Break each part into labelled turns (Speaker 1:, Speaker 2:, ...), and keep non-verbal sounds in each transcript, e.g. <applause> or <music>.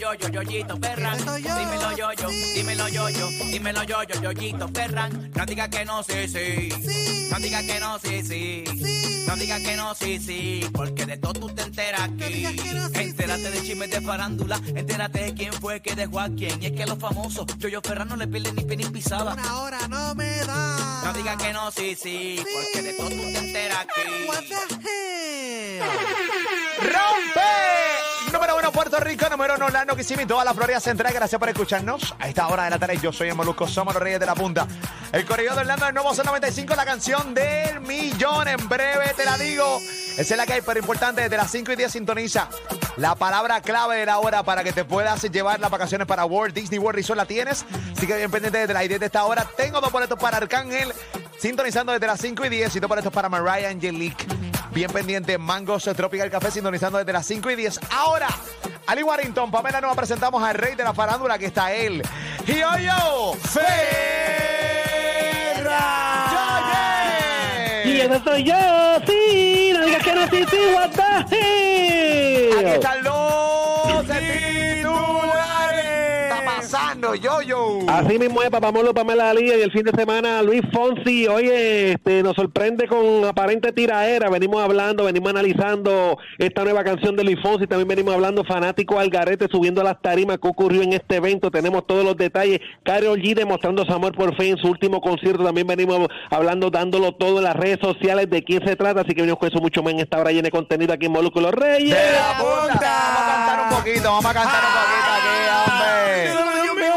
Speaker 1: Yo, yo, Yoyito Ferran, dímelo yo, yo, dímelo yo, yo, dímelo yo, yo, Yoyito Ferran, no digas que no, sí, sí, no digas que no, sí, sí, no digas que no, sí, sí, porque de todo tú te enteras aquí, entérate de chismes de farándula, entérate de quién fue que dejó a quién, y es que los famosos, yo, yo Ferran no le pierden ni pie ni pisaba,
Speaker 2: Ahora no me da.
Speaker 1: no digas que no, sí, sí, porque de todo tú te enteras
Speaker 2: What
Speaker 1: aquí.
Speaker 2: the hell?
Speaker 3: ¡Rompe! Número uno, Puerto Rico, número uno, Orlando, Kissimmee, toda la Florida Central. Gracias por escucharnos. A esta hora de la tarde, yo soy el Molusco, somos los Reyes de la Punta. El corrido de Orlando del Nuevo Son 95, la canción del millón. En breve te la digo. Esa es la que hay, pero importante, desde las 5 y 10 sintoniza. La palabra clave de la hora para que te puedas llevar las vacaciones para Walt Disney World Resort la tienes. Así que bien pendiente desde las 10 de esta hora. Tengo dos boletos para Arcángel, sintonizando desde las 5 y 10 y dos boletos para Mariah Angelique. Bien pendiente, Mangos Tropical Café, sintonizando desde las 5 y 10. Ahora, Ali Warrington, Pamela, nos presentamos al rey de la farándula, que está él. ¡Yoyo! ¡Ferra!
Speaker 4: Y eso soy yo, sí, no digas que no, sí, sí, what the hell.
Speaker 3: Aquí están los titulares. Está pasando, Yoyo.
Speaker 4: Así mismo es Papamolo, Pamela Alía y el fin de semana Luis Fonsi. Oye, este, nos sorprende con aparente tiraera. Venimos hablando, venimos analizando esta nueva canción de Luis Fonsi. También venimos hablando fanático al garete subiendo a las tarimas que ocurrió en este evento. Tenemos todos los detalles. Carol G demostrando su amor por fe en su último concierto. También venimos hablando, dándolo todo en las redes sociales de quién se trata. Así que venimos con eso mucho más en esta hora llena de contenido aquí en Molúsculo Reyes.
Speaker 3: ¡De la punta! Vamos a cantar un poquito, vamos a cantar un poquito aquí, hombre.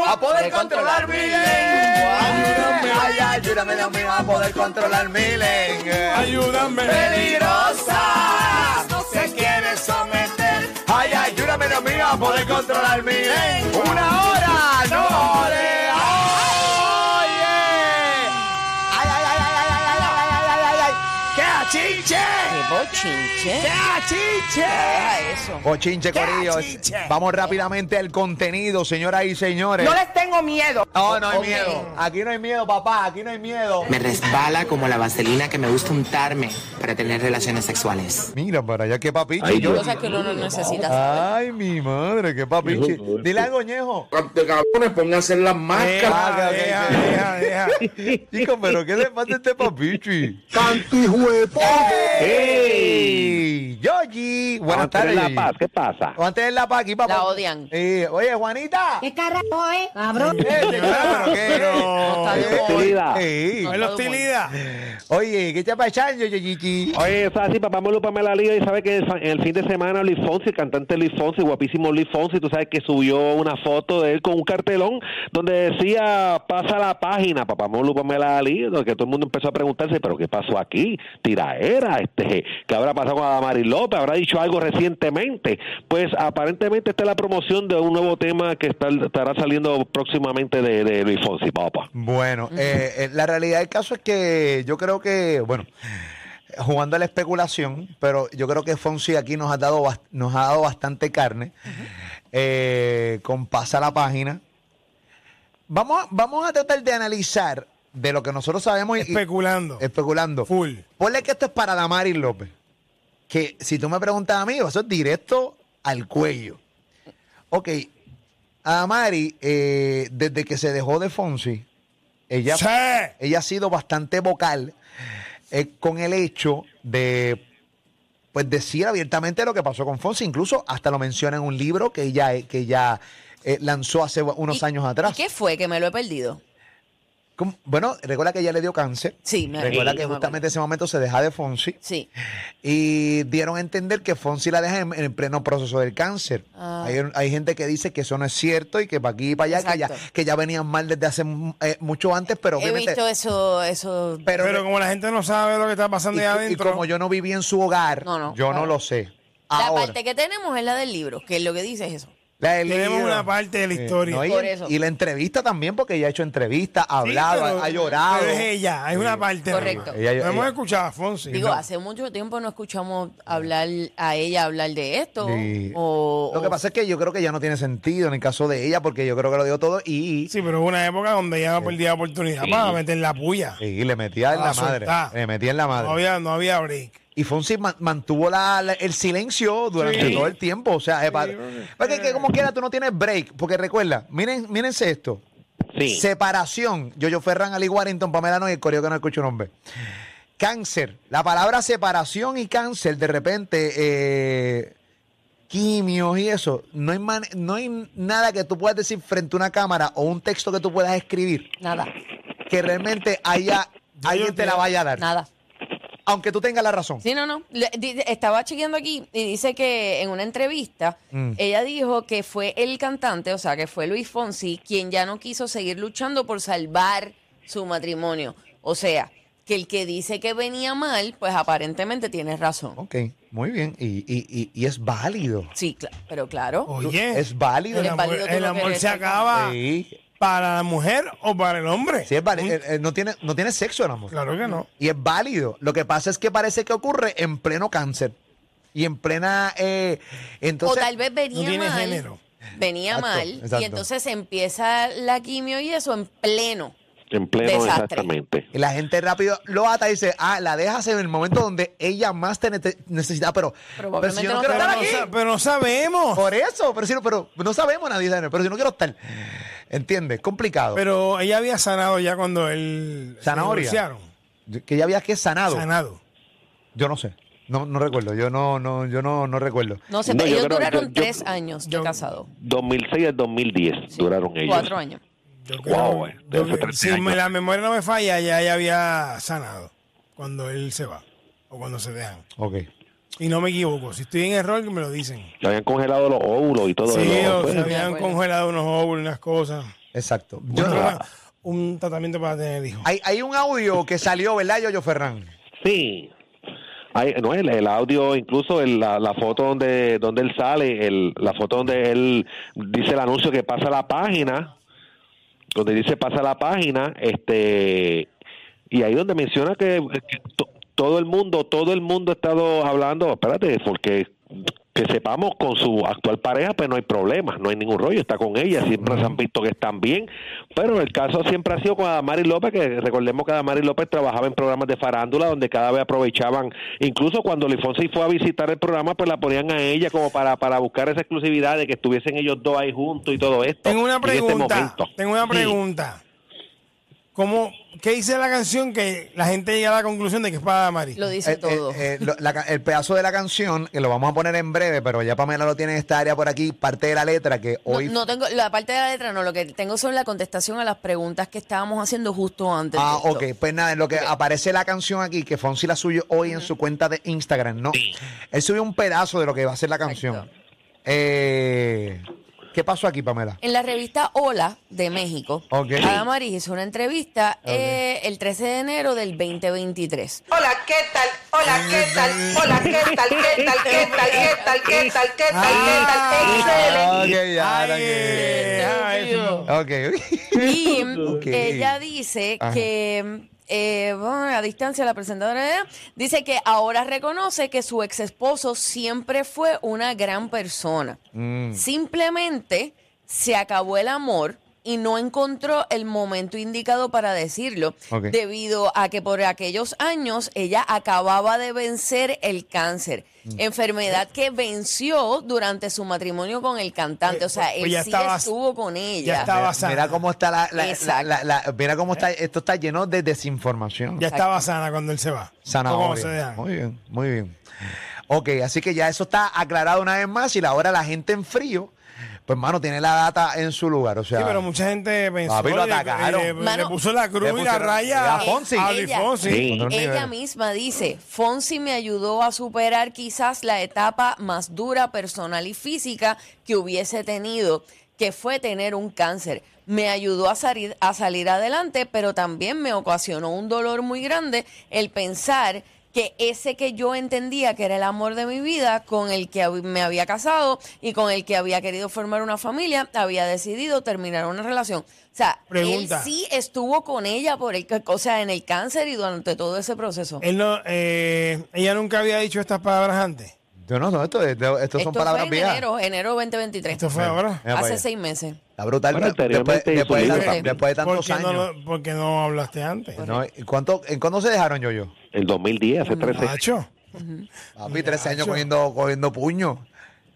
Speaker 3: A poder controlar mi lengua. Ay, ayúdame, Dios mío, a poder controlar mi lengua. Ayúdame. Peligrosa. Se quiere someter. Ay, ayúdame, Dios mío, a poder controlar mi lengua. Una hora, no le oye. Ay, ay, ay, ay, ay, ay, ay, ay, ay, ay, ay. ¡Qué achinche! Cochinche, Corillo. Vamos rápidamente al contenido, señoras y señores. No les tengo miedo. No, no hay miedo. Aquí no hay miedo, papá. Aquí no hay miedo.
Speaker 5: Me resbala como la vaselina que me gusta untarme para tener relaciones sexuales.
Speaker 3: Mira para allá, qué papiche.
Speaker 4: Ay, Dios.
Speaker 6: cosas que uno no necesita saber.
Speaker 3: Ay, mi madre, qué papiche.
Speaker 4: este.
Speaker 3: Dile algo, Ñejo.
Speaker 7: de cabrones, pónganse las
Speaker 3: Ah,
Speaker 7: máscaras.
Speaker 6: Eh,
Speaker 3: que-
Speaker 6: <laughs>
Speaker 3: que- que- Chicos, pero ¿qué le pasa a este papiche?
Speaker 7: ¡Tanto hijo de puta!
Speaker 3: ¡Ey! Yogi. Buenas
Speaker 4: Vamos a
Speaker 3: tardes.
Speaker 4: tener
Speaker 3: Yoyi.
Speaker 4: la paz, ¿qué pasa?
Speaker 3: Antes de la paz aquí, papá.
Speaker 6: La odian.
Speaker 3: Eh, oye, Juanita.
Speaker 8: ¿Qué carajo, eh? Cabrón.
Speaker 3: Eh, señora, pero qué.
Speaker 6: <laughs> No está de
Speaker 3: Eh,
Speaker 4: moda.
Speaker 3: eh,
Speaker 6: No está de
Speaker 3: Oye, ¿qué está pasando, Yoyichi?
Speaker 4: Oye, es así, papá Molu, Pamela Liga, y sabe que el, fa- el fin de semana Luis Fonsi, el cantante Luis Fonsi, guapísimo Luis Fonsi, tú sabes que subió una foto de él con un cartelón donde decía, pasa la página, papá Molu, Pamela Liga, donde todo el mundo empezó a preguntarse, pero ¿qué pasó aquí? Tiraera, este, ¿qué habrá pasado con Adamari López? ¿Habrá dicho algo recientemente? Pues aparentemente está la promoción de un nuevo tema que está- estará saliendo próximamente de, de Luis Fonsi, papá.
Speaker 3: Bueno, eh, eh, la realidad del caso es que yo creo que, bueno, jugando a la especulación, pero yo creo que Fonsi aquí nos ha dado, bas- nos ha dado bastante carne eh, con pasa la página. Vamos a, vamos a tratar de analizar de lo que nosotros sabemos y,
Speaker 2: Especulando.
Speaker 3: especulando.
Speaker 2: Full.
Speaker 3: Ponle que esto es para Damaris López. Que si tú me preguntas a mí, eso es directo al cuello. Ok, a Damari, eh, desde que se dejó de Fonsi, ella, ella ha sido bastante vocal eh, con el hecho de pues decir abiertamente lo que pasó con Fonsi. Incluso hasta lo menciona en un libro que ella, eh, que ella eh, lanzó hace unos
Speaker 6: ¿Y-
Speaker 3: años atrás.
Speaker 6: ¿y ¿Qué fue que me lo he perdido?
Speaker 3: ¿Cómo? Bueno, recuerda que ella le dio cáncer.
Speaker 6: Sí, me-
Speaker 3: Recuerda
Speaker 6: sí,
Speaker 3: que
Speaker 6: yo me
Speaker 3: justamente ese momento se deja de Fonsi.
Speaker 6: Sí.
Speaker 3: Y dieron a entender que Fonsi la deja en, en pleno proceso del cáncer.
Speaker 6: Ah.
Speaker 3: Hay, hay gente que dice que eso no es cierto y que para aquí y para allá, que ya,
Speaker 6: Exacto.
Speaker 3: que ya venían mal desde hace mm, eh, mucho antes, pero
Speaker 6: He
Speaker 3: obviamente-
Speaker 6: visto eso, eso.
Speaker 3: Pero,
Speaker 2: Pero como la gente no sabe lo que está pasando
Speaker 3: y,
Speaker 2: allá
Speaker 3: y
Speaker 2: adentro.
Speaker 3: como yo no viví en su hogar,
Speaker 6: No, no,
Speaker 3: yo
Speaker 6: claro.
Speaker 3: no lo sé.
Speaker 6: la
Speaker 3: Ahora,
Speaker 6: parte que tenemos es la del libro, que lo que dice es eso.
Speaker 3: la del
Speaker 2: Tenemos
Speaker 3: libro.
Speaker 2: una parte de la
Speaker 3: Eh,
Speaker 2: historia.
Speaker 3: no, y,
Speaker 6: Por eso.
Speaker 3: y la entrevista también, porque ella ha hecho entrevistas, ha
Speaker 2: Sí,
Speaker 3: hablado,
Speaker 2: pero-
Speaker 3: ha- ha llorado.
Speaker 2: Pero es ella, es una parte. de la-
Speaker 6: Correcto.
Speaker 3: Ella-
Speaker 2: No hemos
Speaker 3: ella-
Speaker 2: escuchado a Fonsi.
Speaker 6: Digo,
Speaker 2: No.
Speaker 6: hace mucho tiempo no escuchamos hablar a ella hablar de esto.
Speaker 3: Sí.
Speaker 6: O,
Speaker 3: Lo que
Speaker 6: o-
Speaker 3: pasa es que yo creo que ya no tiene sentido en el caso de ella, porque yo creo que lo dio todo y,
Speaker 2: Sí, pero hubo una época donde ella no perdía oportunidad para meter la puya.
Speaker 3: y le metía en
Speaker 2: Ah,
Speaker 3: la madre.
Speaker 2: soltá.
Speaker 3: Le metía en la
Speaker 2: No
Speaker 3: madre.
Speaker 2: había, no había break.
Speaker 3: Y Fonsi man- mantuvo la- la- el silencio durante
Speaker 2: Sí.
Speaker 3: todo el tiempo. O sea, es para- porque que como quiera tú no tienes break. Porque recuerda, miren, mírense esto.
Speaker 4: Sí.
Speaker 3: Separación. Yoyo Ferran, Ali Warrington, Pamela Noy, el coreo que no escucho nombre. Cáncer. La palabra separación y cáncer, de repente, eh, quimios y eso. No hay, man- no hay nada que tú puedas decir frente a una cámara o un texto que tú puedas escribir
Speaker 6: Nada,
Speaker 3: que realmente haya,
Speaker 2: Yo
Speaker 3: alguien
Speaker 2: no
Speaker 3: te la
Speaker 2: creo.
Speaker 3: vaya a dar.
Speaker 6: nada.
Speaker 3: Aunque tú tengas la razón.
Speaker 6: Sí, no, no. Le- di- estaba chequeando aquí y dice que en una entrevista
Speaker 3: Mm.
Speaker 6: ella dijo que fue el cantante, o sea, que fue Luis Fonsi quien ya no quiso seguir luchando por salvar su matrimonio. O sea, que el que dice que venía mal, pues aparentemente tiene razón.
Speaker 2: Oh.
Speaker 3: Ok, muy bien. Y, y- y- y es válido.
Speaker 6: Sí, cla- pero claro.
Speaker 2: Oye,
Speaker 3: Es válido.
Speaker 2: el
Speaker 6: Eres
Speaker 2: amor,
Speaker 6: válido tú
Speaker 2: el
Speaker 6: lo que
Speaker 2: amor
Speaker 6: eres,
Speaker 2: se
Speaker 6: Ricardo.
Speaker 2: acaba
Speaker 3: Sí,
Speaker 2: para la mujer o para el hombre.
Speaker 3: sí es válido. Eh, eh, No tiene, no tiene sexo el amor.
Speaker 2: Claro que no.
Speaker 3: Y es válido. Lo que pasa es que parece que ocurre en pleno cáncer. Y en plena... eh, entonces,
Speaker 6: o tal vez venía
Speaker 2: no tiene
Speaker 6: mal.
Speaker 2: género.
Speaker 6: Venía
Speaker 3: Exacto,
Speaker 6: mal. Y
Speaker 3: exacto.
Speaker 6: entonces empieza la quimio y eso en pleno.
Speaker 4: En pleno,
Speaker 6: Desastre.
Speaker 4: exactamente.
Speaker 3: la gente rápido lo ata y dice, ah, la dejas en el momento donde ella más te nete- necesita. Pero, pero si yo no quiero
Speaker 6: Probablemente no
Speaker 2: Pero
Speaker 6: te
Speaker 3: estar
Speaker 6: va
Speaker 2: no,
Speaker 3: aquí.
Speaker 2: sa- pero no sabemos.
Speaker 3: Por eso, pero, si no, pero no sabemos nadie, Daniel, pero si no quiero estar. ¿Entiendes? Complicado.
Speaker 2: Pero ella había sanado ya cuando él.
Speaker 3: Zanahoria.
Speaker 2: Se divorciaron.
Speaker 3: que ya habías que sanado.
Speaker 2: Sanado.
Speaker 3: Yo no sé. No, no recuerdo. Yo no, no, yo no, no recuerdo.
Speaker 6: No sé,
Speaker 4: No, yo
Speaker 6: ellos
Speaker 4: creo-
Speaker 6: duraron
Speaker 4: yo- yo-
Speaker 6: tres años de
Speaker 2: yo-
Speaker 6: casado.
Speaker 4: 2006 al 2010 duraron ellos.
Speaker 6: Cuatro años.
Speaker 2: Yo
Speaker 4: Wow, eh,
Speaker 2: yo
Speaker 4: de hace 30
Speaker 2: si
Speaker 4: años.
Speaker 2: me- la memoria no me falla, ya ella había sanado cuando él se va o cuando se dejan.
Speaker 3: Ok.
Speaker 2: Y no me equivoco, si estoy en error, que me lo dicen.
Speaker 4: Le habían congelado los óvulos y todo
Speaker 2: Sí,
Speaker 4: eso.
Speaker 2: o
Speaker 4: Pues,
Speaker 2: se habían
Speaker 6: acuerdo.
Speaker 2: congelado unos óvulos, unas cosas.
Speaker 3: Exacto. Yo
Speaker 2: Otro
Speaker 3: no-
Speaker 2: era un tratamiento para tener hijos.
Speaker 3: hay, hay un audio que salió, ¿verdad, Yoyo Ferran?
Speaker 4: Sí. Ay, no, el, el audio, incluso el- la, la foto donde, donde él sale, el, la foto donde él dice el anuncio que pasa la página, donde dice pasa la página, este y ahí donde menciona que, eh, que to- todo el mundo, todo el mundo ha estado hablando, espérate, porque que sepamos con su actual pareja, pues no hay problemas, no hay ningún rollo, está con ella, siempre se han visto que están bien, pero el caso siempre ha sido con Adamari López, que recordemos que Adamari López trabajaba en programas de farándula donde cada vez aprovechaban, incluso cuando Lifonsi fue a visitar el programa, pues la ponían a ella como para, para buscar esa exclusividad de que estuviesen ellos dos ahí juntos y todo esto.
Speaker 2: Tengo una
Speaker 4: en este
Speaker 2: pregunta.
Speaker 4: momento.
Speaker 2: tengo una
Speaker 4: Sí.
Speaker 2: pregunta. ¿Cómo, ¿Qué dice la canción que la gente llega a la conclusión de que es para Mari?
Speaker 6: Lo dice
Speaker 3: Eh, eh,
Speaker 6: todo.
Speaker 3: eh, lo- la ca- el pedazo de la canción, que lo vamos a poner en breve, pero ya Pamela lo tiene en esta área por aquí, parte de la letra que
Speaker 6: No,
Speaker 3: hoy...
Speaker 6: no tengo la parte de la letra, no. Lo que tengo son la contestación a las preguntas que estábamos haciendo justo antes.
Speaker 3: Ah,
Speaker 6: de
Speaker 3: ok.
Speaker 6: esto.
Speaker 3: Pues nada, en lo que
Speaker 6: Ok.
Speaker 3: aparece la canción aquí, que Fonsi la subió hoy en su cuenta de Instagram, ¿no? Él subió un pedazo de lo que va a ser la canción. Eh, ¿Qué pasó aquí, Pamela?
Speaker 6: En la revista Hola de México,
Speaker 3: Ok.
Speaker 6: Adamaris hizo una entrevista eh, el 13 de enero del 2023.
Speaker 8: Hola, ¿qué tal? Hola, ¿qué tal? Hola, ¿qué tal? ¿Qué tal? ¿Qué tal? ¿Qué tal? ¿Qué tal? ¿Qué tal? ¿Qué
Speaker 3: Ah,
Speaker 8: tal?
Speaker 3: ok, ya,
Speaker 2: Ay,
Speaker 3: ahora que-
Speaker 2: deja eso.
Speaker 3: Ok.
Speaker 6: Y
Speaker 3: Ok.
Speaker 6: ella dice
Speaker 3: Ajá.
Speaker 6: que eh, bueno, a distancia la presentadora eh, dice que ahora reconoce que su ex esposo siempre fue una gran persona.
Speaker 3: Mm.
Speaker 6: Simplemente se acabó el amor y no encontró el momento indicado para decirlo,
Speaker 3: Ok.
Speaker 6: debido a que por aquellos años ella acababa de vencer el cáncer,
Speaker 3: Mm.
Speaker 6: enfermedad que venció durante su matrimonio con el cantante. O sea,
Speaker 2: Pues
Speaker 6: él
Speaker 2: ya
Speaker 6: sí
Speaker 2: estaba-
Speaker 6: estuvo con ella.
Speaker 2: ya estaba
Speaker 3: Mira,
Speaker 2: sana.
Speaker 3: mira cómo está la, la- la-
Speaker 6: Exacto.
Speaker 3: la- la- mira cómo está esto está lleno de desinformación.
Speaker 2: Ya estaba sana cuando él se va. ¿Cómo se
Speaker 3: Zanahoria.
Speaker 2: dejan?
Speaker 3: Muy bien, muy bien. Ok, así que ya eso está aclarado una vez más y la- ahora la gente en frío pues mano, tiene la data en su lugar. O sea,
Speaker 2: Sí, pero mucha gente pensó.
Speaker 3: Papi, lo
Speaker 2: y le-
Speaker 3: atacaron.
Speaker 2: y le- Le,
Speaker 3: Mano,
Speaker 2: puso la cruz
Speaker 3: le
Speaker 2: y la
Speaker 3: pusieron-
Speaker 2: raya
Speaker 3: a Fonsi.
Speaker 2: a Luis
Speaker 6: Ella,
Speaker 2: Fonsi.
Speaker 6: ella misma dice, Fonsi me ayudó a superar quizás la etapa más dura personal y física que hubiese tenido, que fue tener un cáncer. Me ayudó a salir, a salir adelante, pero también me ocasionó un dolor muy grande el pensar que ese que yo entendía que era el amor de mi vida, con el que hab- me había casado y con el que había querido formar una familia, había decidido terminar una relación. O sea,
Speaker 2: Pregunta.
Speaker 6: él sí estuvo con ella por el, ca- o sea, en el cáncer y durante todo ese proceso.
Speaker 2: Él no, eh, ella nunca había dicho estas palabras antes.
Speaker 3: Yo no, no, esto, esto- esto son
Speaker 6: Esto
Speaker 3: palabras
Speaker 6: fue en
Speaker 3: viejas.
Speaker 6: enero, enero 2023.
Speaker 2: Esto fue ahora.
Speaker 3: Mira para
Speaker 6: Hace
Speaker 3: allá.
Speaker 6: seis meses.
Speaker 3: Está brutal.
Speaker 4: Bueno,
Speaker 3: después,
Speaker 4: anteriormente
Speaker 3: después de
Speaker 4: hizo
Speaker 3: tanta-
Speaker 6: libro.
Speaker 3: después de
Speaker 2: ¿Por
Speaker 3: tantos
Speaker 2: qué, no,
Speaker 3: años.
Speaker 2: lo- por qué no hablaste antes? Ah,
Speaker 3: No, ¿y cuánto- ¿En cuándo se dejaron yo yo?
Speaker 4: El 2010, hace 13.
Speaker 2: Macho.
Speaker 3: Papi, 13 años
Speaker 2: Muchacho.
Speaker 3: cogiendo, cogiendo puño.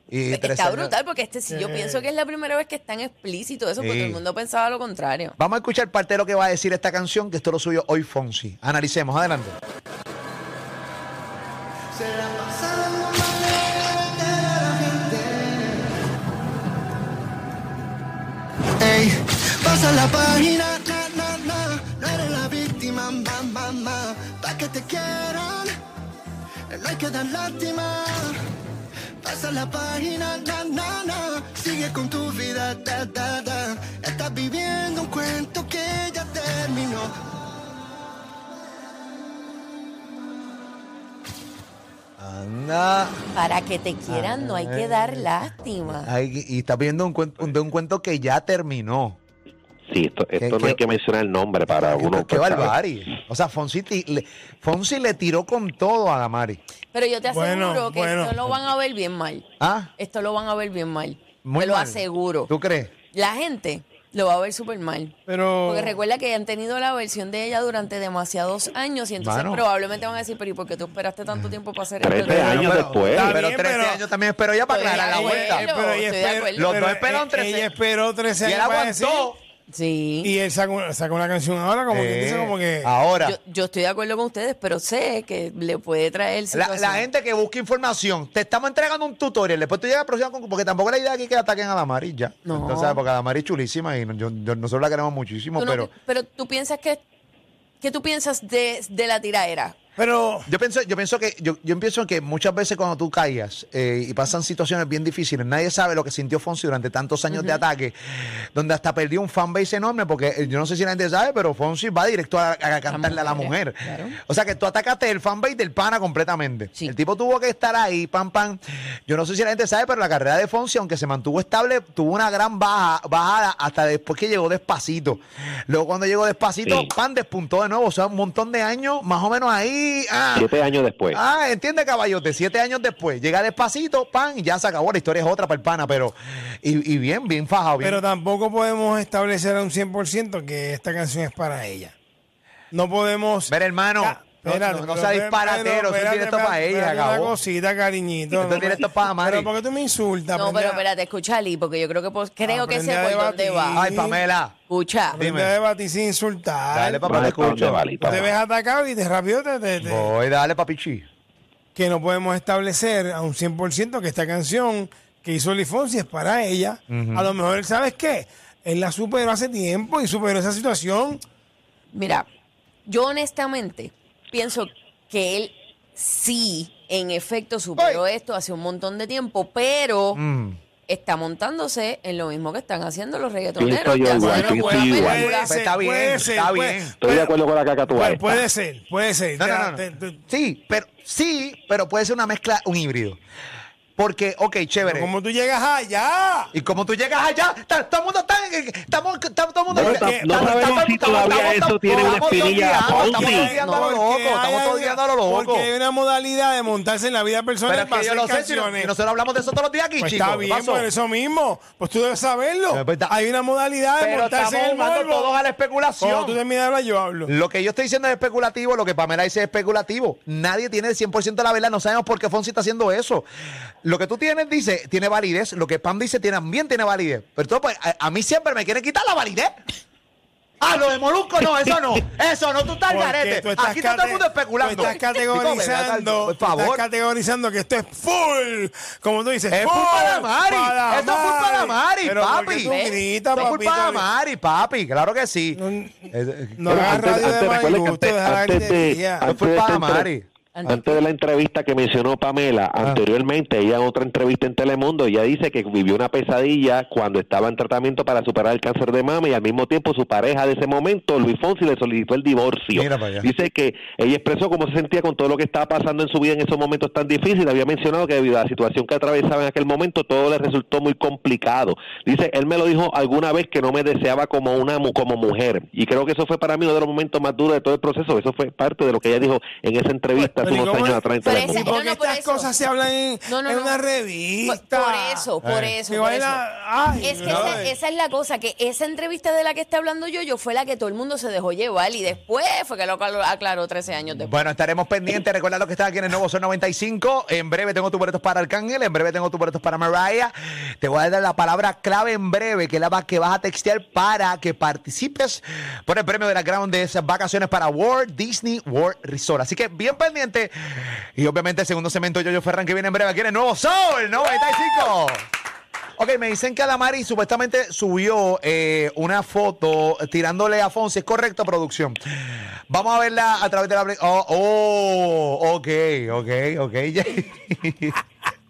Speaker 3: Y tres
Speaker 6: Está
Speaker 3: años-
Speaker 6: brutal porque este, si yo
Speaker 2: Eh.
Speaker 6: pienso que es la primera vez que es tan explícito eso,
Speaker 3: Sí.
Speaker 6: porque todo el mundo pensaba lo contrario.
Speaker 3: Vamos a escuchar parte de lo que va a decir esta canción, que esto lo suyo hoy Fonsi. Analicemos, adelante.
Speaker 9: Ey, pasa la página, na, na, na, no eres la víctima, ma, ma, ma, pa' que te quieran, no hay que dar lástima. Pasa la página, na, na, na, sigue con tu vida, da, da, da, estás viviendo un cuento que ya terminó.
Speaker 3: Anda.
Speaker 6: Para que te quieran no hay que dar
Speaker 2: Ah.
Speaker 6: lástima.
Speaker 3: Ay, y está viendo un cuento, de un cuento que ya terminó.
Speaker 4: Sí, esto, esto
Speaker 3: ¿Qué-
Speaker 4: no hay
Speaker 3: qué-
Speaker 4: que mencionar el nombre para
Speaker 3: Qué-
Speaker 4: uno.
Speaker 3: Qué
Speaker 4: pues, ¿sabes?
Speaker 3: barbarie. O sea, Fonsi, ti- le, Fonsi le tiró con todo a Damari.
Speaker 6: Pero yo te
Speaker 2: Bueno,
Speaker 6: aseguro que
Speaker 2: bueno.
Speaker 6: esto lo van a ver bien mal.
Speaker 3: ¿Ah?
Speaker 6: Esto lo van a ver bien mal.
Speaker 3: Muy
Speaker 6: te lo
Speaker 3: mal.
Speaker 6: aseguro.
Speaker 3: ¿Tú crees?
Speaker 6: La gente lo va a ver súper mal.
Speaker 2: Pero.
Speaker 6: Porque recuerda que han tenido la versión de ella durante demasiados años y entonces
Speaker 3: Mano.
Speaker 6: probablemente van a decir, pero ¿y por qué tú esperaste tanto tiempo para hacer
Speaker 4: Trece
Speaker 6: esto?
Speaker 4: años después.
Speaker 2: está
Speaker 3: Pero
Speaker 2: bien,
Speaker 3: 13
Speaker 2: pero-
Speaker 3: años también esperó ya para
Speaker 6: Estoy
Speaker 3: aclarar la
Speaker 6: de
Speaker 3: vuelta.
Speaker 6: acuerdo.
Speaker 2: pero ella
Speaker 6: estoy de
Speaker 2: espera-
Speaker 6: acuerdo.
Speaker 3: Los
Speaker 2: pero
Speaker 3: dos esperaron
Speaker 2: e-
Speaker 3: 13.
Speaker 2: Ella esperó 13
Speaker 3: Y
Speaker 2: años.
Speaker 3: él
Speaker 2: para decir,
Speaker 3: aguantó.
Speaker 6: Sí.
Speaker 2: y él sacó, sacó una canción ahora, como que
Speaker 3: Eh,
Speaker 2: dice, como que.
Speaker 3: Ahora.
Speaker 6: yo, yo estoy de acuerdo con ustedes, pero sé que le puede traer
Speaker 3: La,
Speaker 6: situación.
Speaker 3: la gente que busca información, te estamos entregando un tutorial. Después tú llegas a la próxima conclusión, porque tampoco la idea aquí es que ataquen a la Mari ya.
Speaker 6: No.
Speaker 3: Entonces, porque la Mari es chulísima y no- yo- yo- nosotros la queremos muchísimo,
Speaker 6: Tú no-
Speaker 3: pero
Speaker 6: tú piensas que... ¿Qué tú piensas de, de la tiraera?
Speaker 2: Pero.
Speaker 3: yo pienso, yo pienso que, yo, yo pienso que muchas veces cuando tú caías eh, y pasan situaciones bien difíciles, nadie sabe lo que sintió Fonsi durante tantos años de ataque, donde hasta perdió un fanbase enorme, porque eh, yo no sé si la gente sabe, pero Fonsi va directo a, a cantarle a la mujer.
Speaker 6: mujeres, claro.
Speaker 3: O sea que tú atacaste el fanbase del pana completamente.
Speaker 6: Sí.
Speaker 3: El tipo tuvo que estar ahí, pam, pam. Yo no sé si la gente sabe, pero la carrera de Fonsi, aunque se mantuvo estable, tuvo una gran baja, bajada hasta después que llegó despacito. Luego cuando llegó despacito,
Speaker 4: Sí.
Speaker 3: pan despuntó de nuevo. O sea, un montón de años, más o menos ahí. Ah,
Speaker 4: Siete pues. años después.
Speaker 3: Ah, entiende, caballote. Siete años después. Llega despacito, pan, y ya se acabó. La historia es otra para el pana, pero. Y, y bien, bien fajado. Bien.
Speaker 2: Pero tampoco podemos establecer a un 100% que esta canción es para ella. No podemos.
Speaker 3: Ver, hermano.
Speaker 2: Ah,
Speaker 3: no-
Speaker 2: espérate,
Speaker 3: no, no
Speaker 2: pero
Speaker 3: sea
Speaker 2: espérate,
Speaker 3: disparatero. Eso es
Speaker 2: espérate,
Speaker 3: directo para
Speaker 2: espérate,
Speaker 3: ella,
Speaker 2: espérate Una
Speaker 3: acabó.
Speaker 2: cosita, cariñito.
Speaker 3: Esto es directo pa' Mari.
Speaker 2: Pero ¿por qué tú me insultas?
Speaker 6: No,
Speaker 2: Aprende
Speaker 6: pero
Speaker 2: a-
Speaker 6: espérate, escucha, Lee, porque yo creo que pues, creo que sé
Speaker 2: Aprende a
Speaker 6: por dónde va.
Speaker 2: debatir.
Speaker 3: Ay, Pamela.
Speaker 6: Escucha.
Speaker 2: aprende
Speaker 3: dime.
Speaker 2: a debatir sin insultar.
Speaker 3: Dale, papá,
Speaker 4: Vale,
Speaker 3: te
Speaker 4: pa' dónde
Speaker 3: escucho.
Speaker 4: vale, pa'
Speaker 2: Tú te
Speaker 4: dónde.
Speaker 2: ves atacado y te rápido te- te- te-
Speaker 3: Voy, dale, papichi.
Speaker 2: que no podemos establecer a un 100% que esta canción que hizo Lifonsi es para ella. A lo mejor él, ¿sabes qué? Él la superó hace tiempo y superó esa situación.
Speaker 6: Mira, yo honestamente pienso que él sí, en efecto, superó esto hace un montón de tiempo, pero
Speaker 3: Mm.
Speaker 6: está montándose en lo mismo que están haciendo los reggaetoneros.
Speaker 4: Pienso yo
Speaker 6: que hacen
Speaker 4: igual, pienso
Speaker 6: unas buenas
Speaker 4: yo igual.
Speaker 6: películas.
Speaker 3: Pues está bien, está
Speaker 2: pues.
Speaker 3: bien.
Speaker 4: Estoy de acuerdo con la cacatúa
Speaker 2: Puede,
Speaker 4: eh. esta.
Speaker 2: puede ser, puede ser.
Speaker 3: No,
Speaker 2: Te-
Speaker 3: no, no,
Speaker 2: te-
Speaker 3: no.
Speaker 2: te-
Speaker 3: Sí, pero sí, pero puede ser una mezcla, un híbrido. Porque, ok, chévere.
Speaker 2: como tú llegas allá.
Speaker 3: y como tú llegas allá, ta- todo el mundo está, en- estamos, estamos, todo el mundo.
Speaker 4: Bueno,
Speaker 3: está-
Speaker 4: no
Speaker 3: estamos-
Speaker 4: sabemos
Speaker 3: estamos-
Speaker 4: si
Speaker 3: estamos-
Speaker 4: todavía
Speaker 3: estamos-
Speaker 4: eso tiene una
Speaker 3: estamos
Speaker 4: espinilla,
Speaker 3: odiando,
Speaker 4: Fonsi.
Speaker 3: Estamos odiando a lo loco,
Speaker 2: Porque
Speaker 3: estamos
Speaker 2: hay-
Speaker 3: odiando a lo loco.
Speaker 2: Porque hay una modalidad de montarse en la vida personal
Speaker 3: Pero es
Speaker 2: para
Speaker 3: que yo
Speaker 2: hacer
Speaker 3: lo sé, si no-
Speaker 2: canciones.
Speaker 3: si nosotros hablamos de eso todos los días aquí,
Speaker 2: Pues
Speaker 3: chicos.
Speaker 2: está
Speaker 3: ¿qué
Speaker 2: bien,
Speaker 3: pasó?
Speaker 2: por eso mismo. Pues tú debes saberlo.
Speaker 3: Pero, pues, está-
Speaker 2: Hay una modalidad de
Speaker 3: Pero
Speaker 2: montarse
Speaker 3: estamos
Speaker 2: en el
Speaker 3: jugando
Speaker 2: morbo.
Speaker 3: todos a la especulación.
Speaker 2: Cuando tú terminas de hablar, yo hablo.
Speaker 3: Lo que yo estoy diciendo es especulativo, lo que Pamela dice es especulativo. Nadie tiene el 100% la verdad, no sabemos por qué Fonsi está haciendo eso. Lo que tú tienes dice, tiene validez, lo que Pam dice tiene- también tiene validez. Pero tú, pues, a, a mí siempre me quieren quitar la validez. Ah, lo de Molusco no, eso no. Eso no, tú estás al
Speaker 2: Porque
Speaker 3: garete.
Speaker 2: tú estás
Speaker 3: Aquí está todo el mundo
Speaker 2: cate-
Speaker 3: especulando.
Speaker 2: Tú estás categorizando,
Speaker 3: Por
Speaker 2: tú estás
Speaker 3: favor.
Speaker 2: categorizando que esto es full. Como tú dices,
Speaker 3: Es full Mari. Esto es full Mari,
Speaker 2: Pero ¿por qué
Speaker 3: papi.
Speaker 2: tú gritas,
Speaker 3: Esto es full
Speaker 2: papito?
Speaker 3: Mari, papi. Claro que sí. Eh,
Speaker 2: No hagas radio de mal
Speaker 4: Recuerden que
Speaker 2: gusto,
Speaker 4: antes,
Speaker 2: deja la
Speaker 4: antes de,
Speaker 2: gritería.
Speaker 4: antes de
Speaker 3: Fue
Speaker 4: esta
Speaker 3: para
Speaker 4: entre-
Speaker 3: Mari.
Speaker 4: antes de la entrevista que mencionó Pamela,
Speaker 3: Ah.
Speaker 4: anteriormente ella en otra entrevista en Telemundo, ella dice que vivió una pesadilla cuando estaba en tratamiento para superar el cáncer de mama y al mismo tiempo su pareja de ese momento, Luis Fonsi, le solicitó el divorcio.
Speaker 3: Mira para allá.
Speaker 4: Dice que ella expresó cómo se sentía con todo lo que estaba pasando en su vida en esos momentos tan difíciles. Había mencionado que debido a la situación que atravesaba en aquel momento, todo le resultó muy complicado. Dice, él me lo dijo alguna vez que no me deseaba como una mu- como mujer. Y creo que eso fue para mí uno de los momentos más duros de todo el proceso. Eso fue parte de lo que ella dijo en esa entrevista hace
Speaker 2: Pero ¿y
Speaker 4: unos
Speaker 2: cómo
Speaker 4: años
Speaker 2: es?
Speaker 4: atrás en
Speaker 6: Pero
Speaker 4: Telemundo.
Speaker 6: esa- no,
Speaker 2: Porque
Speaker 6: no, por
Speaker 2: estas
Speaker 6: eso.
Speaker 2: cosas se hablan en,
Speaker 6: No, no,
Speaker 2: en
Speaker 6: no.
Speaker 2: una
Speaker 6: Por,
Speaker 2: revista.
Speaker 6: por eso, por eso.
Speaker 2: Que
Speaker 6: por
Speaker 2: baila-
Speaker 6: eso.
Speaker 2: ay,
Speaker 6: es que
Speaker 2: brother.
Speaker 6: esa, esa es la cosa, que esa entrevista de la que está hablando yo, yo fue la que todo el mundo se dejó llevar y después fue que lo aclaró- aclaró 13 años después.
Speaker 3: Bueno, estaremos pendientes. Recuerda lo que está aquí en el Nuevo Sol 95. En breve tengo tus boletos para Arcángel. En breve tengo tus boletos para Mariah. Te voy a dar la palabra clave en breve, que es la va- que vas a textear para que participes por el premio de la Ground de esas vacaciones para Walt Disney World Resort. Así que bien pendiente. Y obviamente el segundo cemento Yoyo Ferran que viene en breve aquí en el Nuevo Sol 95. Ok, me dicen que Adamari supuestamente subió eh, una foto tirándole a Fonsi. ¿Es correcto, producción? Vamos a verla a través de la... apli- Oh, oh ok, ok, ok. <laughs>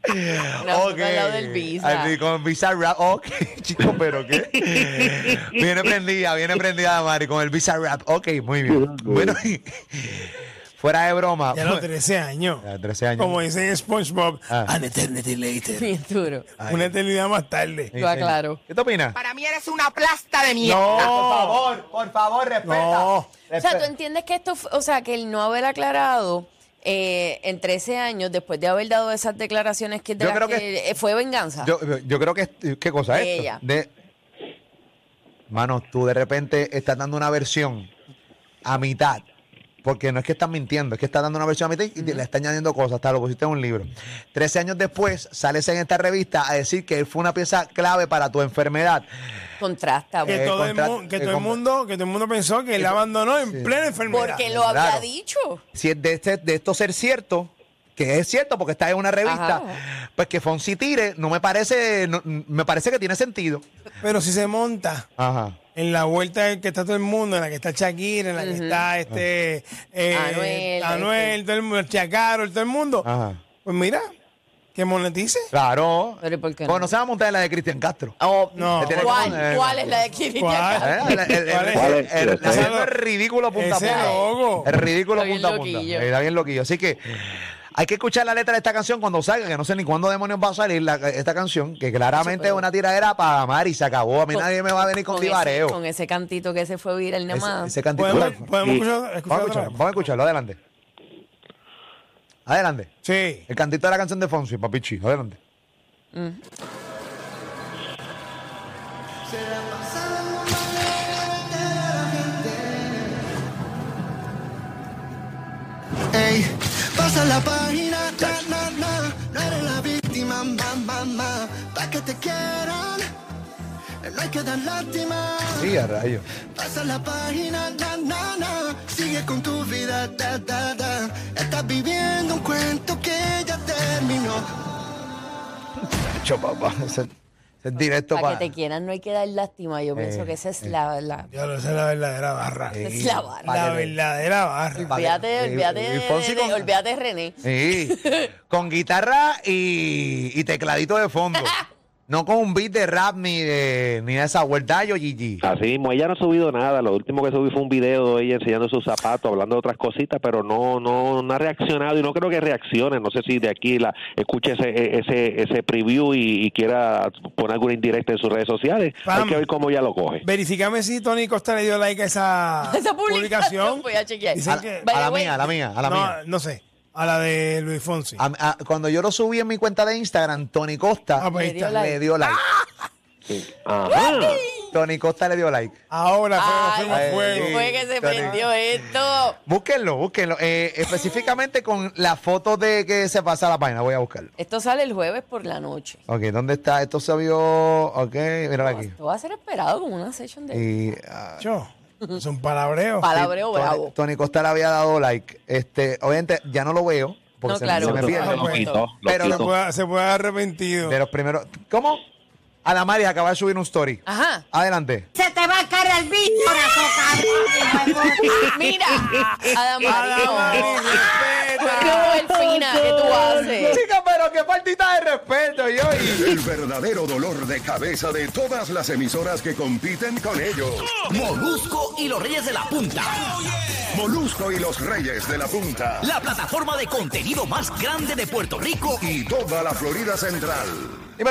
Speaker 6: foto
Speaker 3: Ok.
Speaker 6: al lado del Visa.
Speaker 3: Así, con Visa Rap. Ok, <laughs> chicos, pero ¿qué?
Speaker 6: <laughs>
Speaker 3: viene prendida, viene prendida Adamari con el Visa Rap. Ok, muy bien. Bueno, <laughs> fuera de broma.
Speaker 2: Ya a los 13 años.
Speaker 3: Ya, 13 años.
Speaker 2: Como dice en SpongeBob,
Speaker 3: Ah.
Speaker 2: an eternity later.
Speaker 6: <laughs> Bien duro.
Speaker 2: Una eternidad más tarde.
Speaker 6: Lo aclaro.
Speaker 3: ¿Qué te opinas?
Speaker 8: Para mí eres una plasta de mierda.
Speaker 2: No,
Speaker 3: por favor, respeta.
Speaker 2: Oh. no.
Speaker 6: O sea, tú entiendes que esto, fue- o sea, que el no haber aclarado eh, en 13 años, después de haber dado esas declaraciones que, de
Speaker 3: Yo
Speaker 6: las
Speaker 3: creo que-
Speaker 6: que, eh, fue venganza.
Speaker 3: Yo, yo- yo creo que es- qué cosa es
Speaker 6: De
Speaker 3: esto?
Speaker 6: ella.
Speaker 3: De Mano, tú de repente estás dando una versión a mitad. Porque no es que estás mintiendo, es que estás dando una versión a mitad y te- le están añadiendo cosas, hasta lo pusiste en un libro. Trece años después, sales en esta revista a decir que él fue una pieza clave para tu enfermedad.
Speaker 6: Contrasta, pues.
Speaker 2: Que
Speaker 3: Eh,
Speaker 2: todo, el,
Speaker 3: contra-
Speaker 2: mu- que
Speaker 3: eh,
Speaker 2: todo el
Speaker 3: con-
Speaker 2: mundo, que todo el mundo pensó que él la abandonó en plena enfermedad.
Speaker 6: porque lo había
Speaker 3: claro.
Speaker 6: dicho.
Speaker 3: si es de, este- de esto ser cierto, que es cierto porque está en una revista, pues que Fonsi tire, no me parece, no- me parece que tiene sentido.
Speaker 2: Pero si se monta
Speaker 3: Ajá.
Speaker 2: en la vuelta en que está todo el mundo, en la que está Shakira, en la que está este eh,
Speaker 6: Anuel, este.
Speaker 2: Anuel, todo el mundo, Chacaro, todo el mundo,
Speaker 3: Ajá.
Speaker 2: pues mira, que monetice.
Speaker 3: Claro.
Speaker 6: Pero ¿y por qué no?
Speaker 3: Bueno, se va a montar en la de Cristian Castro.
Speaker 6: Oh,
Speaker 2: No.
Speaker 3: Se tiene que
Speaker 6: ¿Cuál,
Speaker 3: poner-
Speaker 6: ¿Cuál es la de Kiri? <laughs>
Speaker 2: ¿Cuál?
Speaker 3: Eh, el- el- el-
Speaker 2: ¿Cuál es?
Speaker 3: el- el-
Speaker 4: ¿Cuál es?
Speaker 3: haciendo el ridículo punta a
Speaker 2: Ese
Speaker 3: punta.
Speaker 2: logo.
Speaker 3: El ridículo
Speaker 6: Está bien
Speaker 3: punta a punta.
Speaker 6: loquillo.
Speaker 3: Eh, Está bien loquillo. Así que hay que escuchar la letra de esta canción cuando salga, que no sé ni cuándo demonios va a salir la- esta canción, que claramente es una tiradera para amar y se acabó. A mí nadie me va a venir con,
Speaker 6: ese,
Speaker 3: divareo.
Speaker 6: con ese cantito que se fue viral nada
Speaker 3: Ese,
Speaker 6: más.
Speaker 3: ese cantito.
Speaker 2: Podemos,
Speaker 3: Vamos
Speaker 2: pues, podemos escuchar, escuchar otra
Speaker 3: a escucharlo,
Speaker 2: vez?
Speaker 3: vamos a escucharlo, adelante. Adelante.
Speaker 2: Sí.
Speaker 3: El cantito de la canción de Fonsi, papichi, adelante.
Speaker 9: Ey, pasa la página, na, na, na, no eres la víctima, mamá, mamá, pa' que te quieran, no hay que dar lástima.
Speaker 3: Sí, a rayo.
Speaker 9: Pasa la página, na, na, na, sigue con tu vida, da, da, da, estás viviendo un cuento que ya
Speaker 3: <laughs>
Speaker 9: terminó.
Speaker 3: Cho, papá. Ese, ese es directo
Speaker 6: Para
Speaker 3: para.
Speaker 6: que te quieran no hay que dar lástima. Yo
Speaker 3: Eh,
Speaker 6: pienso que esa es la... la-
Speaker 2: Ya lo sé, la verdadera barra.
Speaker 6: esa es la barra.
Speaker 2: La verdadera barra.
Speaker 6: Olvídate,
Speaker 3: Eh,
Speaker 6: olvídate,
Speaker 3: eh,
Speaker 6: de-
Speaker 3: Fonsi
Speaker 6: de-
Speaker 3: con-
Speaker 6: olvídate de René.
Speaker 3: Sí, con guitarra y, y tecladito de fondo. No con un beat de rap ni de, ni de esa vuelta, yo, Gigi.
Speaker 4: Así mismo, ella no ha subido nada, lo último que subí fue un video de ella enseñando sus zapatos, hablando de otras cositas, pero no no, no ha reaccionado y no creo que reaccione, no sé si de aquí la escuche ese e, ese, ese preview y, y quiera poner alguna indirecta en sus redes sociales,
Speaker 2: Pam.
Speaker 4: hay que ver cómo ella lo coge.
Speaker 2: Verifícame si Tony Costa le dio like a esa,
Speaker 6: <laughs> Esa publicación, voy a chequear.
Speaker 2: Ah, Dicen
Speaker 3: A, la-
Speaker 2: que-
Speaker 3: a
Speaker 6: By the
Speaker 3: la
Speaker 6: way-
Speaker 3: mía, a la mía, a la
Speaker 2: no,
Speaker 3: mía.
Speaker 2: no sé, a la de Luis Fonsi.
Speaker 3: A- a- cuando yo lo subí en mi cuenta de Instagram, Tony Costa
Speaker 2: Ah, pues ahí
Speaker 6: Le dio
Speaker 2: está.
Speaker 6: like.
Speaker 3: le dio like.
Speaker 4: Ajá.
Speaker 3: Tony Costa le dio like.
Speaker 2: Ahora
Speaker 6: Ay,
Speaker 2: fuego, fuego, fuego.
Speaker 6: ah, fue que se
Speaker 3: Tony.
Speaker 6: prendió esto.
Speaker 3: Búsquenlo, búsquenlo. Eh, específicamente con la foto de que se pasa la página, voy a buscarlo.
Speaker 6: Esto sale el jueves por la noche.
Speaker 3: Ok, ¿dónde está? Esto se vio. Ok, míralo aquí.
Speaker 6: Esto va a ser esperado como una session de...
Speaker 3: Y, ah,
Speaker 2: Yo.
Speaker 10: Son palabreos.
Speaker 11: Palabreo
Speaker 3: Tony-
Speaker 11: bravo.
Speaker 3: Tony Costa le había dado like. Este, obviamente, ya no lo veo. Porque
Speaker 11: No,
Speaker 3: se,
Speaker 11: claro.
Speaker 3: se me
Speaker 11: Lo
Speaker 3: pierde.
Speaker 11: quitó, lo quitó,
Speaker 10: lo
Speaker 3: pero
Speaker 10: quitó. Se puede- se puede arrepentido.
Speaker 3: De los primeros. ¿Cómo? Adamaris acaba de subir un story.
Speaker 11: Ajá.
Speaker 3: Adelante.
Speaker 6: Se te va a caer el bicho, corazón, cabrón. <laughs>
Speaker 11: Mira,
Speaker 3: Adamaris,
Speaker 11: Adamari.
Speaker 3: <laughs> respeta.
Speaker 11: Qué fina que tú haces.
Speaker 3: Chica, pero qué partita de respeto, yo.
Speaker 2: El verdadero dolor de cabeza de todas las emisoras que compiten con ellos.
Speaker 12: Molusco y los Reyes de la Punta.
Speaker 2: Molusco y los Reyes de la Punta.
Speaker 12: La plataforma de contenido más grande de Puerto Rico.
Speaker 2: Y toda la Florida Central.